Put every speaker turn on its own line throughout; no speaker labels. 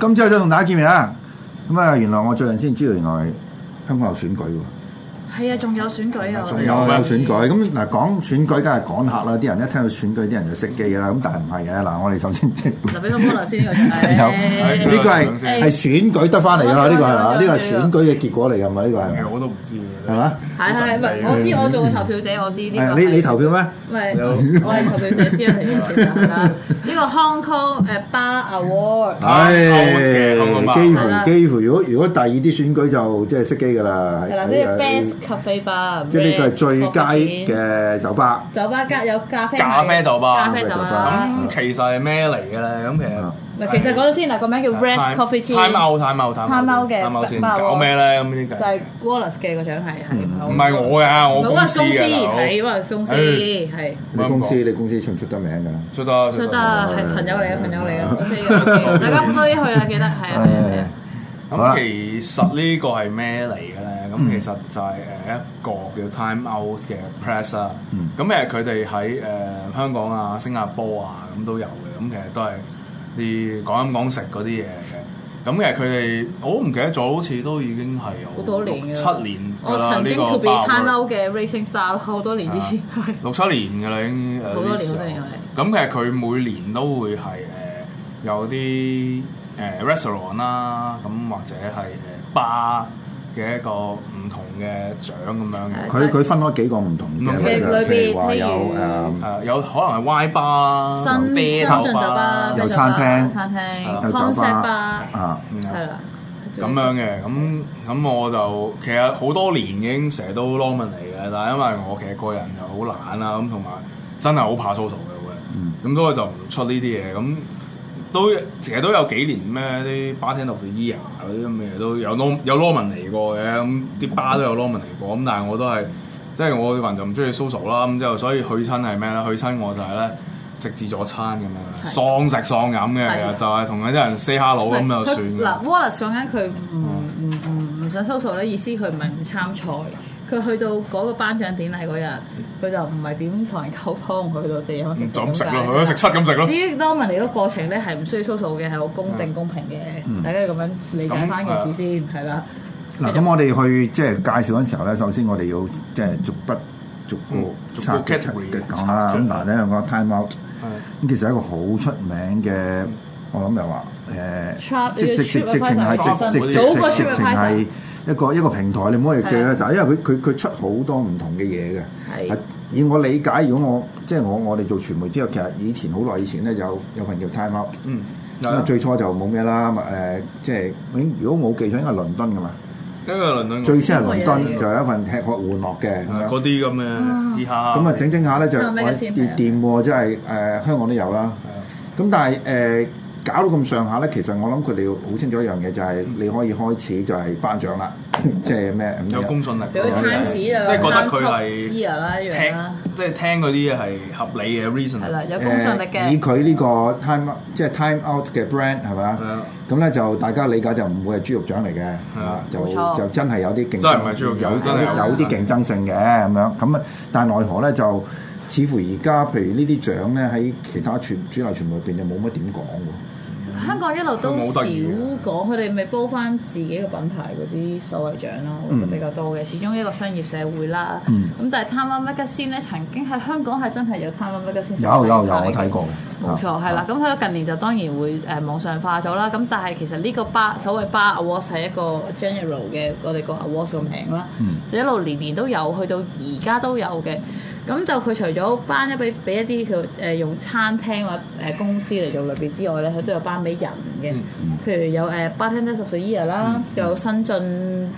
今朝就同大家見面啦。咁啊，原來我最近先知道，原來香港有選舉喎。
係啊，仲有選舉啊
仲有有選舉，咁嗱講選舉梗係趕客啦，啲人一聽到選舉，啲人就熄機㗎啦。咁但係唔係嘅嗱，我哋首先即係
留俾個 m o 先呢個
有呢個係係選舉得翻嚟㗎啦，呢個係嘛？呢個係選舉嘅結果嚟㗎嘛？呢個係
其實
咪
我都唔知
係嘛？
係係，唔係我知我做過投票者，我知呢
誒
個
啊你
係
你投票咩？
唔係我係投票者之一嚟嘅，其實 啦。呢個 Hong Kong 誒 Bar Award
唉
我我，
幾
係啦
乎幾乎，如果如果第二啲選舉就即係熄機㗎啦。
係
係啊
啦，即係 Best Cafe Bar，
即係呢個係最佳嘅酒吧。
酒吧加有咖啡，
咖啡酒吧
咖啡酒吧。
咁其實係咩嚟嘅咧？咁其實
唔係，其實嗰度先嗱，個名叫 Rest Coffee Gin，
啊 time out time out time
Time out 嘅
，time out 先
白白
搞咩咧？咁呢
就
計
係 Wallace 嘅個獎係
嗯
係
唔係我㗎，我
唔係
公
Wallace
司
公司
嘅大佬
係 Wallace 公司
唉
係。
你公司你公司出唔出得名㗎啦？
出得
得
出得。
係朋友嚟嘅，朋友嚟嘅，OK 啊嘅，OK 嘅，大家多啲去啦，記得係啊係啊係啊。
好啦
咁
嗯
其實呢個係咩嚟嘅咧？咁其實就係誒呃一個叫 Time Out 嘅 press 啦。
嗯
咁誒佢哋喺誒香港啊、新加坡啊咁都有嘅。咁其實都係啲講飲講食嗰啲嘢嚟嘅。咁其實佢哋我都唔記得咗，好似都已經係有
好多年嘅
六七年㗎
我
啦。
曾
呢
經
個
to be
爆啊
time
嘅
out 嘅 Racing Star 好多年之前，係
六七年嘅啦，已 經呃
好
好
多年好多年
咁其實佢每年都會係誒、呃有啲誒、呃 restaurant 啦，咁或者係誒呃 bar 嘅一個唔同嘅獎咁樣嘅。
佢佢分開幾個唔同嘅，
譬
如裏邊
譬如話有
譬如
誒、
誒
呃有可能係 Y bar 啦、
新
嗯啤
新啊
酒啊
進酒吧
吧、
有
啤酒
餐廳
餐
有
廳、
酒
concept 啊
吧
吧，
啊，
啊嗯
係啦，
咁樣嘅，咁咁我就其實好多年已經成日都 Norman 嚟嘅，但係因為我其實個人又好懶啦，啊咁同埋真係好怕 social
嗯
嘅會，咁所以就唔出呢啲嘢，咁都其實都有幾年咩啲 bartender of the year 啊嗰啲咁嘅嘢都有 Norm 有 Norman 嚟過嘅，咁啲 bar 都有 Norman 嚟過，咁但係我都係即係我個人就唔中意 social 啦，咁之後所以去親係咩咧？去親我就係咧。食自助餐咁樣，喪食喪飲
係
嘅，就係同一啲人 say hello 咁就算嗯
佢
嘅
嗱，Wallace 講緊佢唔唔唔唔想收數咧，意思佢唔係唔參賽，佢去到嗰個頒獎典禮嗰日，佢就唔係點同人溝通，佢去到地方食
嗯就咁食
解
咯，食七咁食咯
至。於 Norman 嚟嗰個過程咧，係唔需要 social 嘅，係好公
嗯
正公平嘅，大家要咁樣理解翻件事先，係啦。
嗱，咁我哋去即係介紹嗰陣時候咧，首先我哋要即係逐筆逐
嗯
個
逐個
拆
category
嘅講啦。咁嗱咧，我講 time out，
係
咁其實係一個好出名嘅，我諗又話
Trap-
誒，即即即直情係直直
早
過
直直
Trap
情
Advisor
係一個一個平台，你唔可以記
係啊
得就係因為佢佢佢出好多唔同嘅嘢嘅。
係
係啊以我理解，如果我即係我我哋做傳媒之後，其實以前好耐以前咧有有份叫 time out。
嗯，
咁啊最初就冇咩啦，啊咪誒、即係如果冇記錯應該係倫敦噶嘛，
因為倫敦
最先係
英
倫敦
國嘢
嗯
嚟嘅
就有一份吃喝玩樂嘅咁樣
啊嗰啲咁嘅以下
咁啊整整下咧就
啊咩嘅
哇
先
店
係啊
店喎，即係誒香港都有啦。
啊
咁但係誒、搞到咁上下咧，其實我諗佢哋要好清楚一樣嘢，就係、你可以開始就係頒獎啦， 即係咩
有公信力，
俾
啊
佢啊 Times 就
即係覺得佢係
year 啦一樣啊啦，
聽，即係聽嗰啲嘢係合理嘅 reason。
係啦，有公信力
誒以
嘅。
佢呢個 time out- 即係 time out 嘅 brand 係
係
咪
啊
啊？咁咧就大家理解就唔會係豬肉獎嚟嘅，係嘛？就
冇錯
就真係有啲競
真
爭，
係唔係豬肉獎
有
真係
有
有
有啲競爭性嘅咁樣。咁啊，但係奈何咧就似乎而家譬如呢啲獎咧喺其他傳主流傳媒入邊就冇乜點講喎。啊
香港一路都
香港
少
好得意嘅
講，佢哋咪煲翻自己嘅品牌嗰啲所謂獎咯，我覺得
嗯
比較多嘅。始終一個商業社會啦，咁、
嗯
但係 Time Out Magazine 咧，曾經喺香港係真係有 Time Out Magazine
有
手
有有，
提
我
牌
睇過嘅。啊
冇錯，係啦。咁佢近年就當然會誒網上化咗啦。咁但係其實呢個巴所謂巴 Awards 係一個 general 嘅我哋個 Awards 個名啦，就一路年年都有，去到而家都有嘅。咁就佢除咗頒一俾俾一啲佢誒用餐廳或者誒公司嚟做類別之外咧，佢都有頒俾人嘅，譬如有誒 bartender 十歲 year 啦，有新進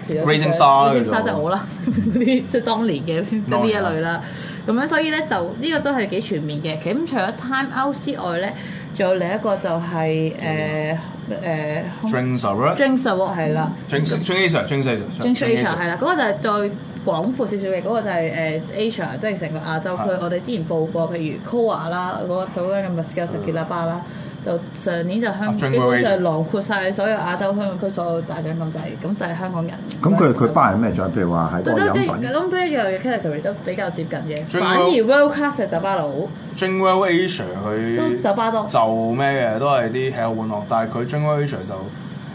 Rising Star 嗰
Rising
種
Star 就我啦， 嗰啲即係當年啊嘅呢一類啦。咁樣所以咧就呢、個都係幾全面嘅。咁除咗 time out 之外咧，仲有另一個就係誒誒
Drinks are right。
drinks award 係啦
Drinks Drink Asia Drinks 嗯 Asia
，drinks Asia 係啦，嗰、個就係再廣闊少少嘅，嗰、個就係、誒、Asia，即係成個亞洲區。
係
我哋之前報過，譬如 Koa 啦，嗰嗰間嘅 m u s c a t 吉拉巴啦。就上年就香，
啊
基
，Drinks
本
Asia
上囊括晒所有亞洲香港區所有大獎咁滯，咁就係香港人。
咁佢佢頒係咩獎？譬如話係
都
嗰個
都
飲
即
品。
咁都一樣嘅 category 都比較接近嘅，
Drinks
反而 world class 係酒吧佬，
Drink Well Asia
都
嗯
佢
酒吧多。
就咩嘅，都係啲吃喝玩樂，但係佢 Drink Well Asia 就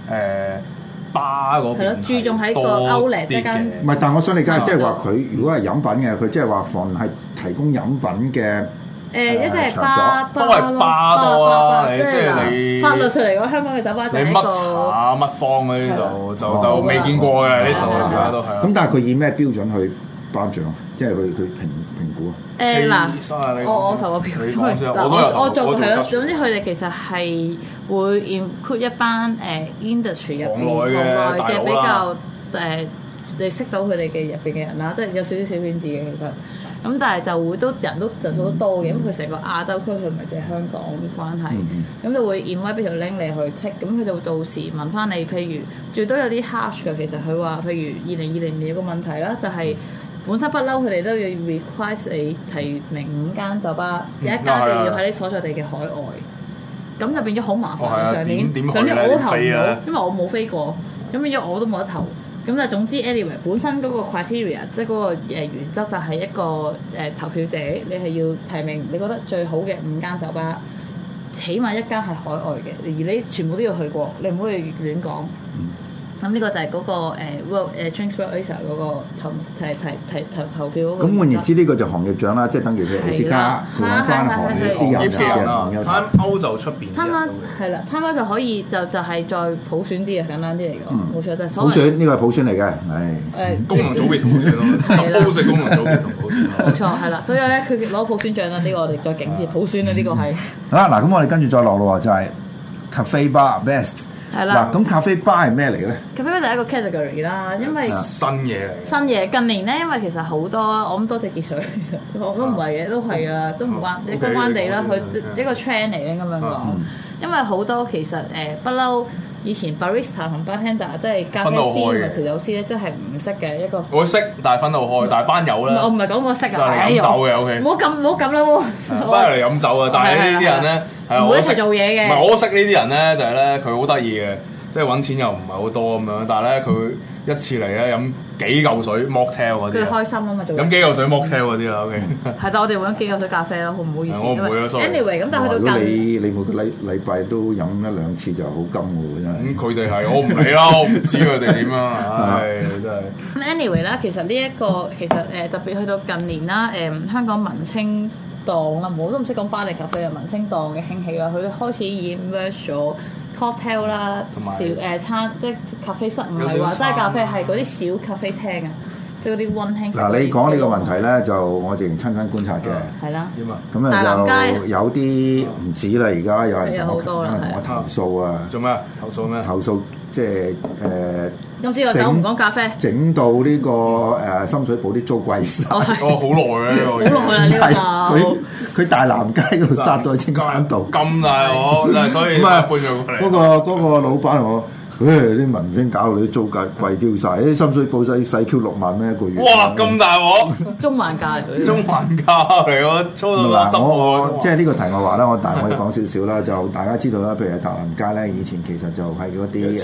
誒巴嗰邊
係咯注重喺個
多
outlet，
啲
即係間
唔
嘅
係，但我想理解
啊
即係話佢如果係飲品嘅，佢即係話房係提供飲品嘅。
誒
啊
一隻係巴
場
所都係巴多啦你即係你
法律上嚟講，香港嘅酒吧就
你
係一
乜
個
茶乜方嗰啲就就就
哦
未見過嘅呢首
啊
而家都係啦
咁但係佢以咩標準去頒獎？即係佢佢評評估啊？
誒嗱。
嗱
我我投個票，
啊你
因為
講先，
嗱
我都有投
我做過係咯。
我做
總之佢哋其實係會 include 一班誒 industry 入邊
行內嘅
行內
大佬
比較
啦
誒，你識到佢哋嘅入邊嘅人啦，即係有少少小圈子嘅其實。咁但係就會都人都人數都多嘅，咁佢成個亞洲區佢唔係淨係香港關係，
嗯
咁就會 invite 俾條 link 你去 tick，咁佢就到時問翻你，譬如最多有啲 hash 嘅，其實佢話譬如二零二零年有個問題啦，就係、本身不嬲，佢哋都要 request 你提名五間酒吧，有
嗯
一間就要喺你所在地嘅海外，咁就變咗好麻
哦係啊
煩。上年
點點
上年
去啊
我都投唔
你飛啊
到，因為我冇飛過，咁變咗我都冇得投。咁但係總之，anyway，本身嗰個 criteria 即係嗰個誒呃原則就係一個誒、呃投票者，你係要提名你覺得最好嘅五間酒吧，起碼一間係海外嘅，而你全部都要去過，你唔可以亂講。咁呢個就係嗰、個誒 World 誒 Drinks World Asia 嗰個投提提提投投票嗰個
咁換言
原則
之，呢個就行業獎啦，即係等於佢奧斯卡佢
係啦
揾翻行
係
業啲
係係
有
啲
嘅
片
人
啊
朋友
，Time Out 就出邊
貪
啲
啦
人都會
係啦，貪啦就可以就就係再普選啲嘅簡單啲嚟講，冇、錯就係
嗯
所
普
謂
選呢個係普選嚟嘅，唉，
誒、呃
嗯功能組別同好先咯，
係啦
十 O 食功能組別同好先咯
冇。錯係啦，所以咧佢攞普選獎啦，呢、個我哋再警示普選啦，啊呢、個係
好啦，嗱咁我哋跟住再落咯喎，就係 cafe bar best。
係啦
嗱咁 cafe bar 係咩嚟嘅咧？
咖啡杯就係一個 category 啦，因為。
新嘢嚟嘅。
新嘢近年咧，因為其實好多我諗多謝結水， 我都唔係嘅，都係噶啦，都唔關
啊
關關地啦，佢
OK，你
一
講先
個 trend 嚟嘅咁樣講
啊。
因為好多其實誒不嬲，以前 barista 同 bartender 即係咖啡
分得好
師同
開
埋
嘅
調酒師咧，都係唔識嘅一個。
我識，但係分得好開，但係班友咧，
我唔係講我識
就
啊，
嚟
哎
飲
呀
酒嘅，OK
唔好咁唔好咁啦喎。
班友嚟飲酒啊。但係呢啲人咧，
係係係
係啊
唔會一齊
我識
做嘢嘅
唔係我識呢啲人咧，就係咧佢好得意嘅，即係揾錢又唔係好多咁樣，但係咧佢一次嚟咧飲幾嚿水 mocktail
佢
嗰
哋
啲
開
啊，
心啊嘛，做嘢
飲幾嚿水 mocktail 嗰啲啦，OK。啊
係，但我哋揾幾嚿水咖啡咯，好唔好意思？
係我唔會啊，sorry
anyway，咁但係
哇
去
如果
到近。
你你每個禮禮拜都飲一兩次就好金嘅喎，真係
嗯
咁。佢哋係我唔理 啦，我唔知佢哋點啊，唉真係。
咁 anyway 啦，其實呢、一個其實誒、呃特別去到近年啦，誒、香港文青檔啦，我都唔識講巴黎咖啡啊，文青檔嘅興起啦，佢都開始已經 merge 咗 cocktail 啦，
同
小
埋
誒、餐即係咖啡室，唔
有
係
少
話
少
真係咖啡，
餐
係嗰啲小咖啡廳啊，即係嗰啲温馨式嗰啲。
嗱，你講呢個問題咧，就我哋親身觀察嘅。
係啦，
點啊？
咁
哦大南
啊
街
就有啲唔止啦，而家有人
有
同
好
我
多啦
有人同我
係
投訴啊，
做咩啊？投訴咩啊？
投訴即係誒
咁之我就唔講咖 啡，
整到呢個誒深水埗啲租貴晒。
哦係
哦，好耐啦呢個。
好
啊
耐啦啊呢個
係
就
佢。佢大南街嗰度殺到去青山道，
咁大我，但係所以
咁啊
搬咗過嚟。
嗰個嗰個老闆同我。唉，啲民星搞到啲租價貴飆晒，啲深水埗使使 Q 六萬蚊一個月。
哇咁大鑊，
中環價嚟嗰啲。
中環價嚟喎，粗到
嗱，
甩啊得
啊我我
喎
即係呢個題外話啦，我但係我要講少少啦， 就大家知道啦，譬如係大南街咧，以前其實就係嗰
有
啲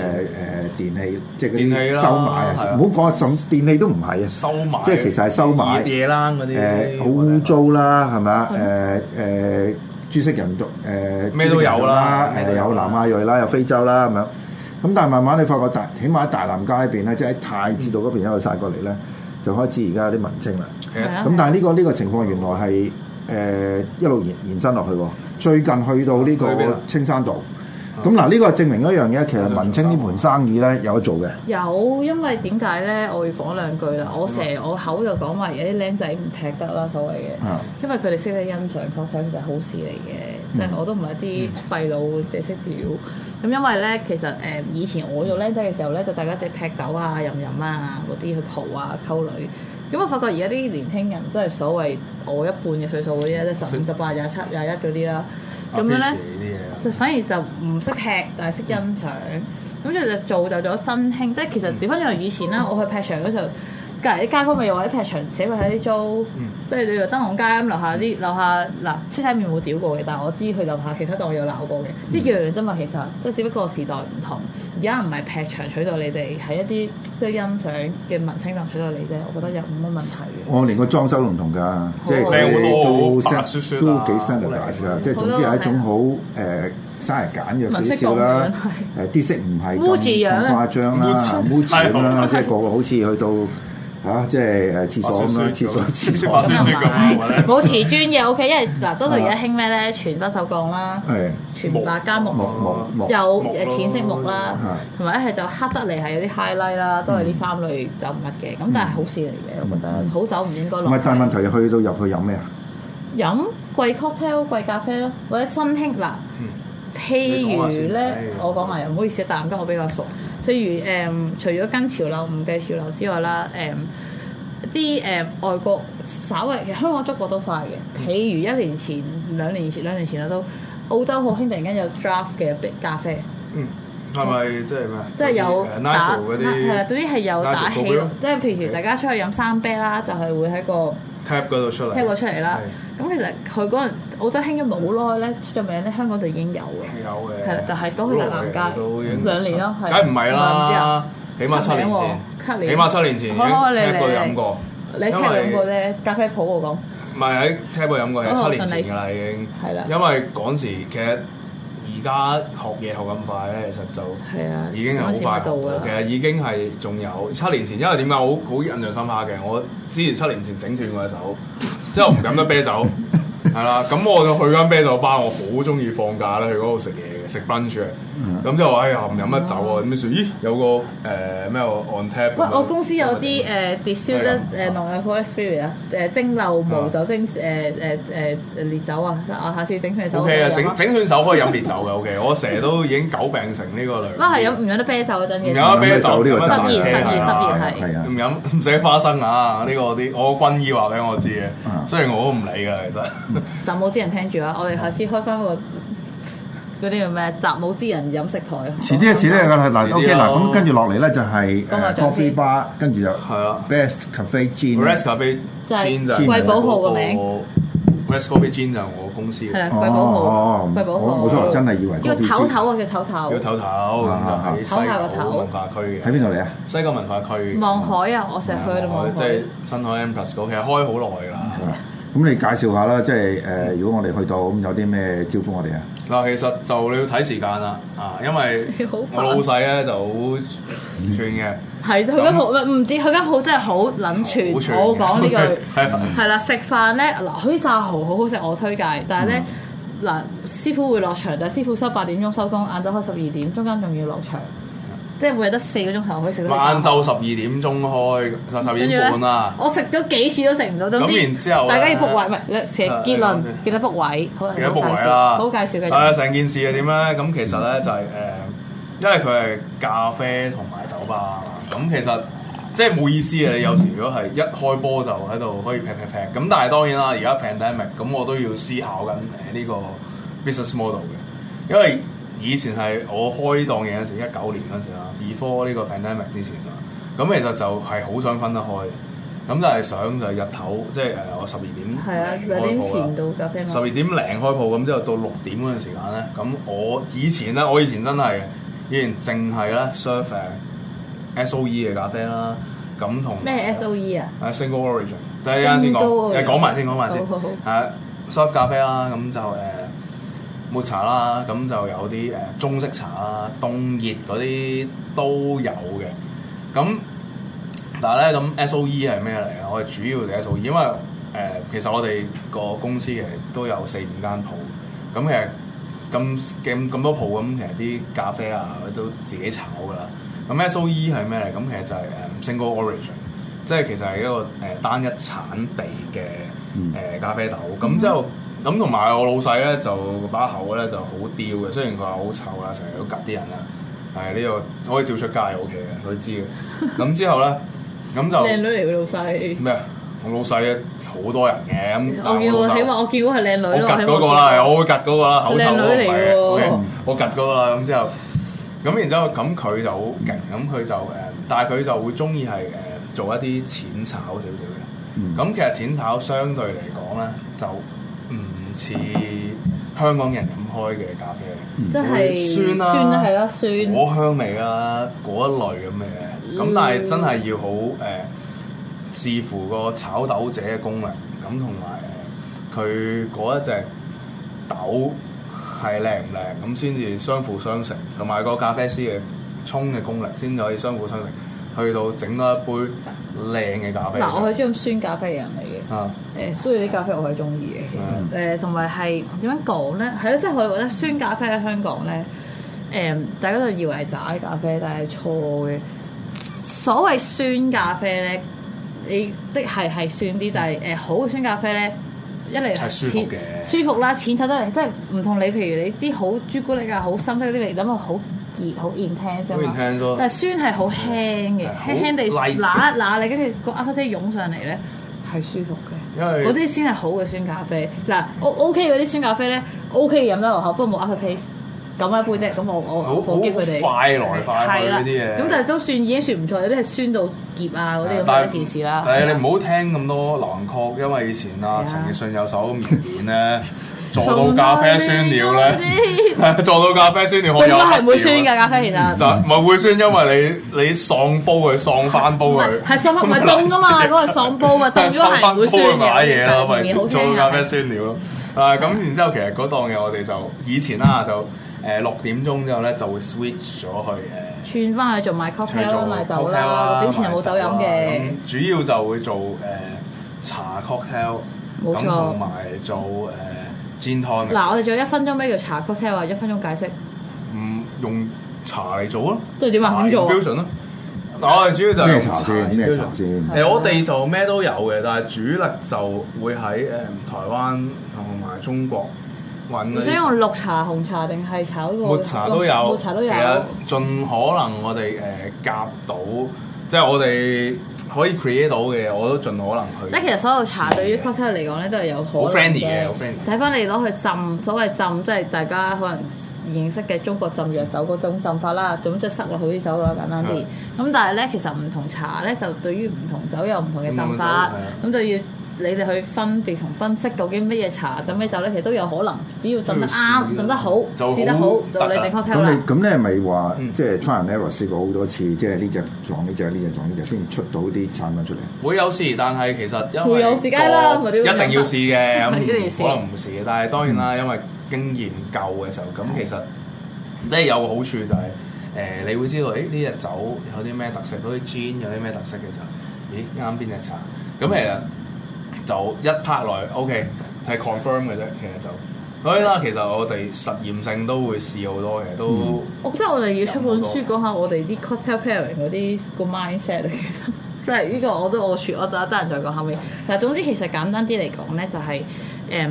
誒誒
錢
電器，即係嗰
電器
啲
啦
收買啊
係，啊
唔好講甚電器都唔係啊，
收埋，
即係其實係收買
熱嘢啦嗰啲，
誒好污糟啦，係咪啊？誒誒朱色人族誒
咩都有啦咩都
誒
有啦
有南亞裔啦，有非洲啦咁樣。咁但係慢慢你發覺大，起碼喺大南街嗰邊咧，即係喺太子道嗰邊一路晒過嚟咧，就開始而家有啲文青啦。
係啊
啊
咁但係呢、個呢、個情況原來係誒、一路延延伸落去喎。最近去到呢
去邊
個
啊
青山道，咁嗱呢個證明一樣嘢，其實文青呢盤生意咧有得做嘅。
有，因為點解咧？我要講兩句啦。我成日我口就講話而家啲僆仔唔踢得啦，所謂
啊
嘅，因為佢哋識得欣賞確實其實好事嚟嘅，即係我都唔係一啲廢佬，即係識屌。咁因為咧，其實誒以前我做僆仔嘅時候咧，就大家一齊劈酒啊、飲飲啊嗰啲去蒲啊、溝女。咁啊我發覺而家啲年輕人都係所謂我一半嘅歲數嗰啲咧，即係十五、十八、廿七、廿一嗰啲啦。
啊
咁樣咧。
咧
就反而就唔識劈，但係識欣賞。咁所以就造就咗新興，即係其實調翻轉頭以前啦，我去劈場嗰時候，隔離啲街坊咪又話啲劈場寫埋喺啲租，
嗯
即係你話燈籠街咁樓下啲樓下嗱，車仔面冇屌過嘅，但係我知佢樓下其他檔有鬧過嘅，一樣啫嘛，其實即係只不過時代唔同，而家唔係劈場取代你哋，係一啲即係欣賞嘅文青能取代你啫，我覺得有冇乜問題嘅。
我連個裝修都唔同㗎，即係
靚好多
佢
白
都
雪雪啊
都幾 standardise 㗎，即係總之係一種好誒生人簡約少少啦
文色，
誒啲色唔係
烏
咁
字樣啊
咁誇張啦
烏字
烏字咁啦，
係
即係個個好似去到嚇，即係誒廁所咁啦，
白雪雪
廁所
咁
廁所
白雪雪咁啊或者
冇瓷磚嘅 OK，因為嗱多數而家興咩咧，全不鏽鋼啦，
係
全白加木
木木木啊
有
木
誒
咯
淺色木啦
係，
同埋一係就黑得嚟係有啲 highlight 啦，都
嗯
係呢三類走唔甩嘅。咁但係好事嚟嘅，我覺得好酒唔應該
唔
落。
係，啊但係問題去到入去飲咩啊？
飲貴 cocktail、貴咖啡咯，或者新興嗱，譬如
嗯你講下先哎
咧，我講埋，唔好意思，但係今我比較熟。譬如誒、除咗跟潮流唔計潮流之外啦，誒、啲誒、外國稍為其實香港中國都快
嗯
嘅，譬如一年前、兩年前、兩年前啦都。澳洲好興突然間有 draft 嘅咖啡，
嗯，係咪即係咩？
即係有
嗰啲誒
打
Nigel 嗰
係啦，
啲
總之係有打
Nigel
氣
嗰杯咯
咯。即係譬如大家出去飲三啤啦，就係會喺個
tap 嗰度出嚟，
聽過出嚟啦。咁其實佢嗰陣澳洲興咗冇耐咧，出咗名咧，香港就已經有嘅。
有嘅，
係啦就係都去大南街
好耐嘅都已經
兩年咯係
梗係唔係啦，起
兩
碼
年之後
七
七
年前，
年
起碼七年前已經
好好你
tap 過
你
飲過，
你聽
因為
兩個啫，咖啡鋪我講
唔係喺 tap 過飲過，係
嗰個
七年
順利
前㗎啦已經，
哦係啦
因為嗰陣時其實而家學嘢學咁快咧，其實就〜
係啊，
已經係好快學
到㗎
到，
啦
其。實已經係仲有七年前，因為點解好好印象深刻嘅？我之前七年前整斷我隻手， 之後唔飲得啤 酒，係啦，咁我就去間啤酒吧，我好中意放假咧去嗰度食嘢嘅，食 lunch 嘅，
嗯
咁就話哎呀唔飲得酒啊，咁於是咦有個誒呃咩喎 on tap，
喂，我公司有啲誒 distilled
係啊
誒 non-alcoholic spirit 啊，誒蒸餾無酒精誒誒誒誒烈酒啊，我下次整佢手。
O K 啊，整整斷手可以飲烈酒嘅 O K，我成日都已經久病成呢個 類。
啊係飲唔飲得啤酒嗰陣
唔
嘅。
飲啊啤酒
呢個
飲得
失業
酒
失業
係
失
啊
業係
係啊
唔。飲唔食花生啊！呢、個啲我軍醫話俾我知
嗯
啊
嘅，雖然我都唔理㗎，其實
習武之人聽住啊！我哋下次開翻個嗰啲叫咩？習武之人飲食台。
遲啲啊，遲啲啊，
遲
嗱
啲
嗱
啊
，OK 嗱，咁跟住落嚟咧就係
講下
誒
酒先
coffee bar，跟住就
係啊
best cafe gin。
Rest Cafe
就係
Gin 就
貴寶
號個名
，Rest Cafe Gin 就係我公司
係啦，
嘅，
貴寶號，
哦
貴寶號。
我我初頭真係以為
叫
嗰邊
唞唞啊，叫唞
叫
唞。
頭頭
啊
咁就喺
唞下個
西
頭
九文化區
喺
嘅，
邊度嚟啊？
西九文化區
望海啊！我成日去到望
哦即
海
係。新海 M Plus 嗰，其實開好耐㗎啦。
啊咁你介紹下啦，即係誒、呃如果我哋去到咁有啲咩招呼我哋啊？
嗱，其實就你要睇時間啦，啊，因為
好煩
我老細咧就好串 嘅。
係，佢間鋪唔止，佢間鋪真係好撚
好
串。
串
我講呢句
係啊
係啦，食飯咧嗱，佢炸蠔好好食，我推介。但係
嗯
咧嗱，師傅會落場，但係師傅收八點鐘收工，晏晝開十二點，中間仲要落場，即係每日得四個鐘頭可以食到。
晏晝十二點鐘開，十十二
跟住
點
咧
半啦，。
我食咗幾次都食唔到，總
咁然之後咧
大家要 book 位，唔係成
啊
結論
你講先
記得 book 位，好啦
而家
好介
book 位
紹
啦，
好介紹嗯嘅
誒
人，
成件事係啊點咧？咁其實咧就係、誒、因為佢係咖啡同埋酒吧，咁其實即係冇意思嘅。你有時如果係一開波就喺度可以劈劈劈，咁但係當然啦，而家 pandemic，咁我都要思考緊誒呃呢個 business model 嘅，因為以前係我開檔嘢嗰時，一九年嗰時啦，before 呢個 pandemic 之前啦，咁其實就係好想分得開嘅。咁就係想就係日頭，即係誒呃我十二
係啊，
點
兩
開
點
鋪啦
前到咖啡
十二
嘛，
點零開鋪，咁之後到六點嗰陣時間咧，咁我以前咧，我以前真係以前淨係咧呃 serve 誒 SOE E 嘅咖啡啦，咁同
咩 SOE 啊？
誒 single origin，等陣間先
Single
講，
origin
誒講埋先講埋先
好好好，
誒 serve 咖啡啦，咁就誒抹茶啦，咁就有啲誒中式茶啦、凍熱嗰啲都有嘅。咁但係咧，咁 SOE 係咩嚟啊？我哋主要就 SOE，因為誒、呃其實我哋個公司其實都有四五間鋪，咁其實咁咁咁多鋪，咁其實啲咖啡啊都自己炒㗎啦。咁 SOE 係咩嚟？咁其實就係誒 single origin，即係其實係一個誒單一產地嘅
嗯
誒咖啡豆。咁之後咁同埋我老細咧就把口咧就好刁嘅，雖然佢話好臭啦，成日都吉啲人啦，但係呢個可以照出街 O K 嘅，佢知嘅。咁之後咧，咁就
靚女嚟嘅老細，
咩啊？我老細咧好多人嘅，咁但
我
係
見過，
老
起
細
碼我見過係靚女
我
咯，
趌
起碼
嗰個啦，係我會趌嗰個啦，口臭
靚
嗰
女
個
嚟
唔係
嘅喎
OK，我趌嗰個啦，咁之後，咁然之後咁佢就好勁，咁佢就誒，但係佢就會中意係誒做一啲淺炒少
嗯
少嘅，咁其實淺炒相對嚟講咧就唔似香港人飲開嘅咖啡，
即
會
係
酸啊啦
酸啊啦，係啦，酸。
果香味啦，嗰一類咁嘅，咁但係真係要好
嗯
誒、呃視乎個炒豆者嘅功力，咁同埋誒佢嗰一隻豆係靚唔靚，咁先至相輔相成，同埋個咖啡師嘅沖嘅功力先可以相輔相成，去到整到一杯靚嘅咖啡。
嗱，我係中意酸咖啡嘅人嚟嘅。
啊，
誒，所以啲咖啡我係中意
嗯
嘅。誒，同埋係點樣講咧？係咯，即係我哋覺得酸咖啡喺香港咧，誒，大家都以為係渣咖啡，但係錯嘅。所謂酸咖啡咧，你的係係酸啲，但係誒好嘅酸咖啡咧，一嚟
係舒服
淺
嘅
舒服啦，淺炒得嚟，即係唔同你譬如你啲好朱古力啊、好深色嗰啲嚟，諗落好熱、好 intense 啊嘛
好 intense 咯
但係酸係好輕嘅
係，好
輕輕地揦
light
一揦你，跟住個 a f t e 湧上嚟咧係舒服嘅。
因為
嗰啲先係好嘅酸咖啡。嗱，O O K 嗰啲酸咖啡咧，O K 飲得落口，不過冇 aftertaste。咁一杯啫，咁我我
好
我好佢哋
好快來快去
係啦
嗰啲嘢
咁但係都算已經算唔錯，有啲係酸到澀啊嗰啲咁樣一件事啦。
但係你
好
唔好聽咁多流行曲，因為以前
係
啊
啊
陳奕迅有首綿綿 咧，做到咖啡酸了咧， 做到咖啡酸了，我
應
有啊
該係唔會酸嘅咖啡，其實
就唔係會酸，因為你你喪煲佢，喪翻煲
唔
佢
係，係喪唔係凍噶嘛，嗰個係喪 煲嘛，凍咗係唔會酸
喪
嘅
返煲佢買嘢啦，
但
咪
係好
做到
聽
咖啡
啊。
酸了咯。啊，咁然之後其實嗰檔嘢我哋就以前啦就誒六點鐘之後咧就會 switch 咗去
串
誒。
翻去做賣 cocktail 啦，賣酒
cocktail 啊
啦，六點前
賣
又冇酒飲嘅
啦。咁主要就會做誒、呃茶 cocktail，
冇錯
咁同埋做誒、呃 gin tonic，
嗱，我哋仲有一分鐘咩叫茶 cocktail 啊？一分鐘解釋。
唔用茶嚟做咯，
即係點啊
茶
點做啊
infusion 咯。嗱，我哋主要就係
咩
用
茶先？咩茶
infusion
先？
誒、我哋就咩都有嘅，但係主力就會喺誒、台灣同埋中國揾嗰
你
啲
想用綠茶、紅茶定係炒個
抹茶都有，
抹茶都有
其。實盡可能我哋誒、夾到，即係我哋可以 create 到嘅，我都盡可能去。
即係其實所有茶對於 cocktail 嚟講咧都係有可能
好 friendly 嘅好 friendly
睇翻你攞去浸，所謂浸即係大家可能認識嘅中國浸藥酒嗰種浸法啦，咁即係塞落去啲酒啦，簡單啲。咁但係咧，其實唔同茶咧就對於唔同酒有唔同嘅浸法
唔，
咁就要。你哋去分別同分析究竟乜嘢茶浸咩酒咧，其實都有可能，只要浸得
都要
啱、
試
浸得好、
就好
試得好，就你整 cocktail
咁
啦
你。咁你係咪話
嗯
即係 try and error 試過好多次，即係呢只撞呢只呢只撞呢只先出到啲產品出嚟？
會有事，但係其實因為
會有事梗係啦
個
咪都
一
要
定要試嘅，
係一定要
咁
試
可能唔試嘅。但係當然啦，因為經驗夠嘅時候，咁其實即係有個好處就係、誒、你會知道，誒呢隻酒有啲咩特色，嗰啲 gin 有啲咩特色嘅時候，咦啱邊隻茶？咁其實就一 part 內 OK 係 confirm 嘅啫，其實就。所以啦，其實我哋實驗性都會試好多嘢，都、
我覺得我哋要出本書講下我哋啲 cocktail pairing 嗰啲個 mindset 啊，其實 即係呢個我都我説我得得閒再講後面。嗱，總之其實簡單啲嚟講咧，就係、誒、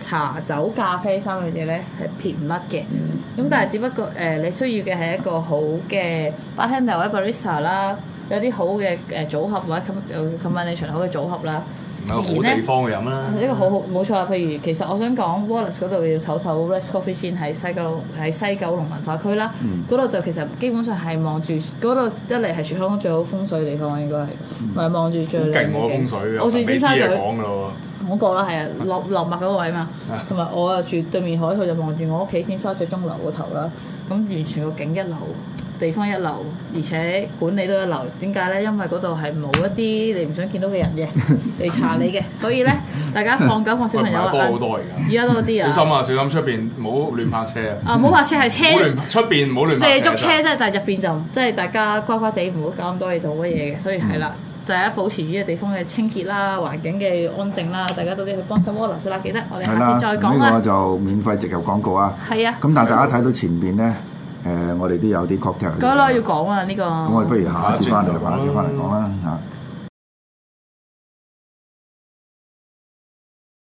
茶酒咖啡三樣嘢咧係撇唔甩嘅。
嗯
咁但係只不過誒、你需要嘅係一個好嘅 bartender 或者 barista 啦，有啲好嘅誒組合或者 com- 有 combination 好嘅組合啦。
嗯有好
而
地
呢
方去飲啦。
呢個好好冇錯啦。譬如其實我想講 Wallace 嗰度要唞唞 Rest Coffee Gin 喺西九龍喺西九龍文化區啦，
嗯
嗰度、就其實基本上係望住嗰度一嚟係全香港最好風水地方應該係，咪望住最
嗯好
靚
勁
嘅
喎風水，啊
我
有
住
神秘
尖
之
沙咀
嘢講噶咯
嗰個啦，係啊， 落落墨嗰個位嘛，同埋啊我啊住對面海，佢就望住我屋企尖沙咀鐘樓個頭啦，咁完全個景一流。地方一流，而且管理都一流。點解咧？因為嗰度係冇一啲你唔想見到嘅人 嘅嚟查你嘅，所以咧大家放狗放小朋友啊，
喂唔係多好多而家
而家多啲啊，
小心啊！小心出邊唔好亂泊車啊！
啊！唔好泊車係
唔好
車
亂出邊唔好亂泊
借
車。
足車啫，但係入邊就唔即係大家乖乖地唔好搞咁多嘢做乜嘢嘅，所以係啦。
嗯
就係保持呢個地方嘅清潔啦、環境嘅安靜啦，大家多啲去幫手 w a l l a c 啦，記得我哋
係
下
啦，
次再講
呢個
啦。
就免費植入廣告啊。
係啊，
咁但係大家睇到前邊咧，誒我哋都有啲 cocktail。
嗰個要講啊，呢個
咁我哋不如下一節翻嚟，
下一節
下一節翻嚟講啦嚇。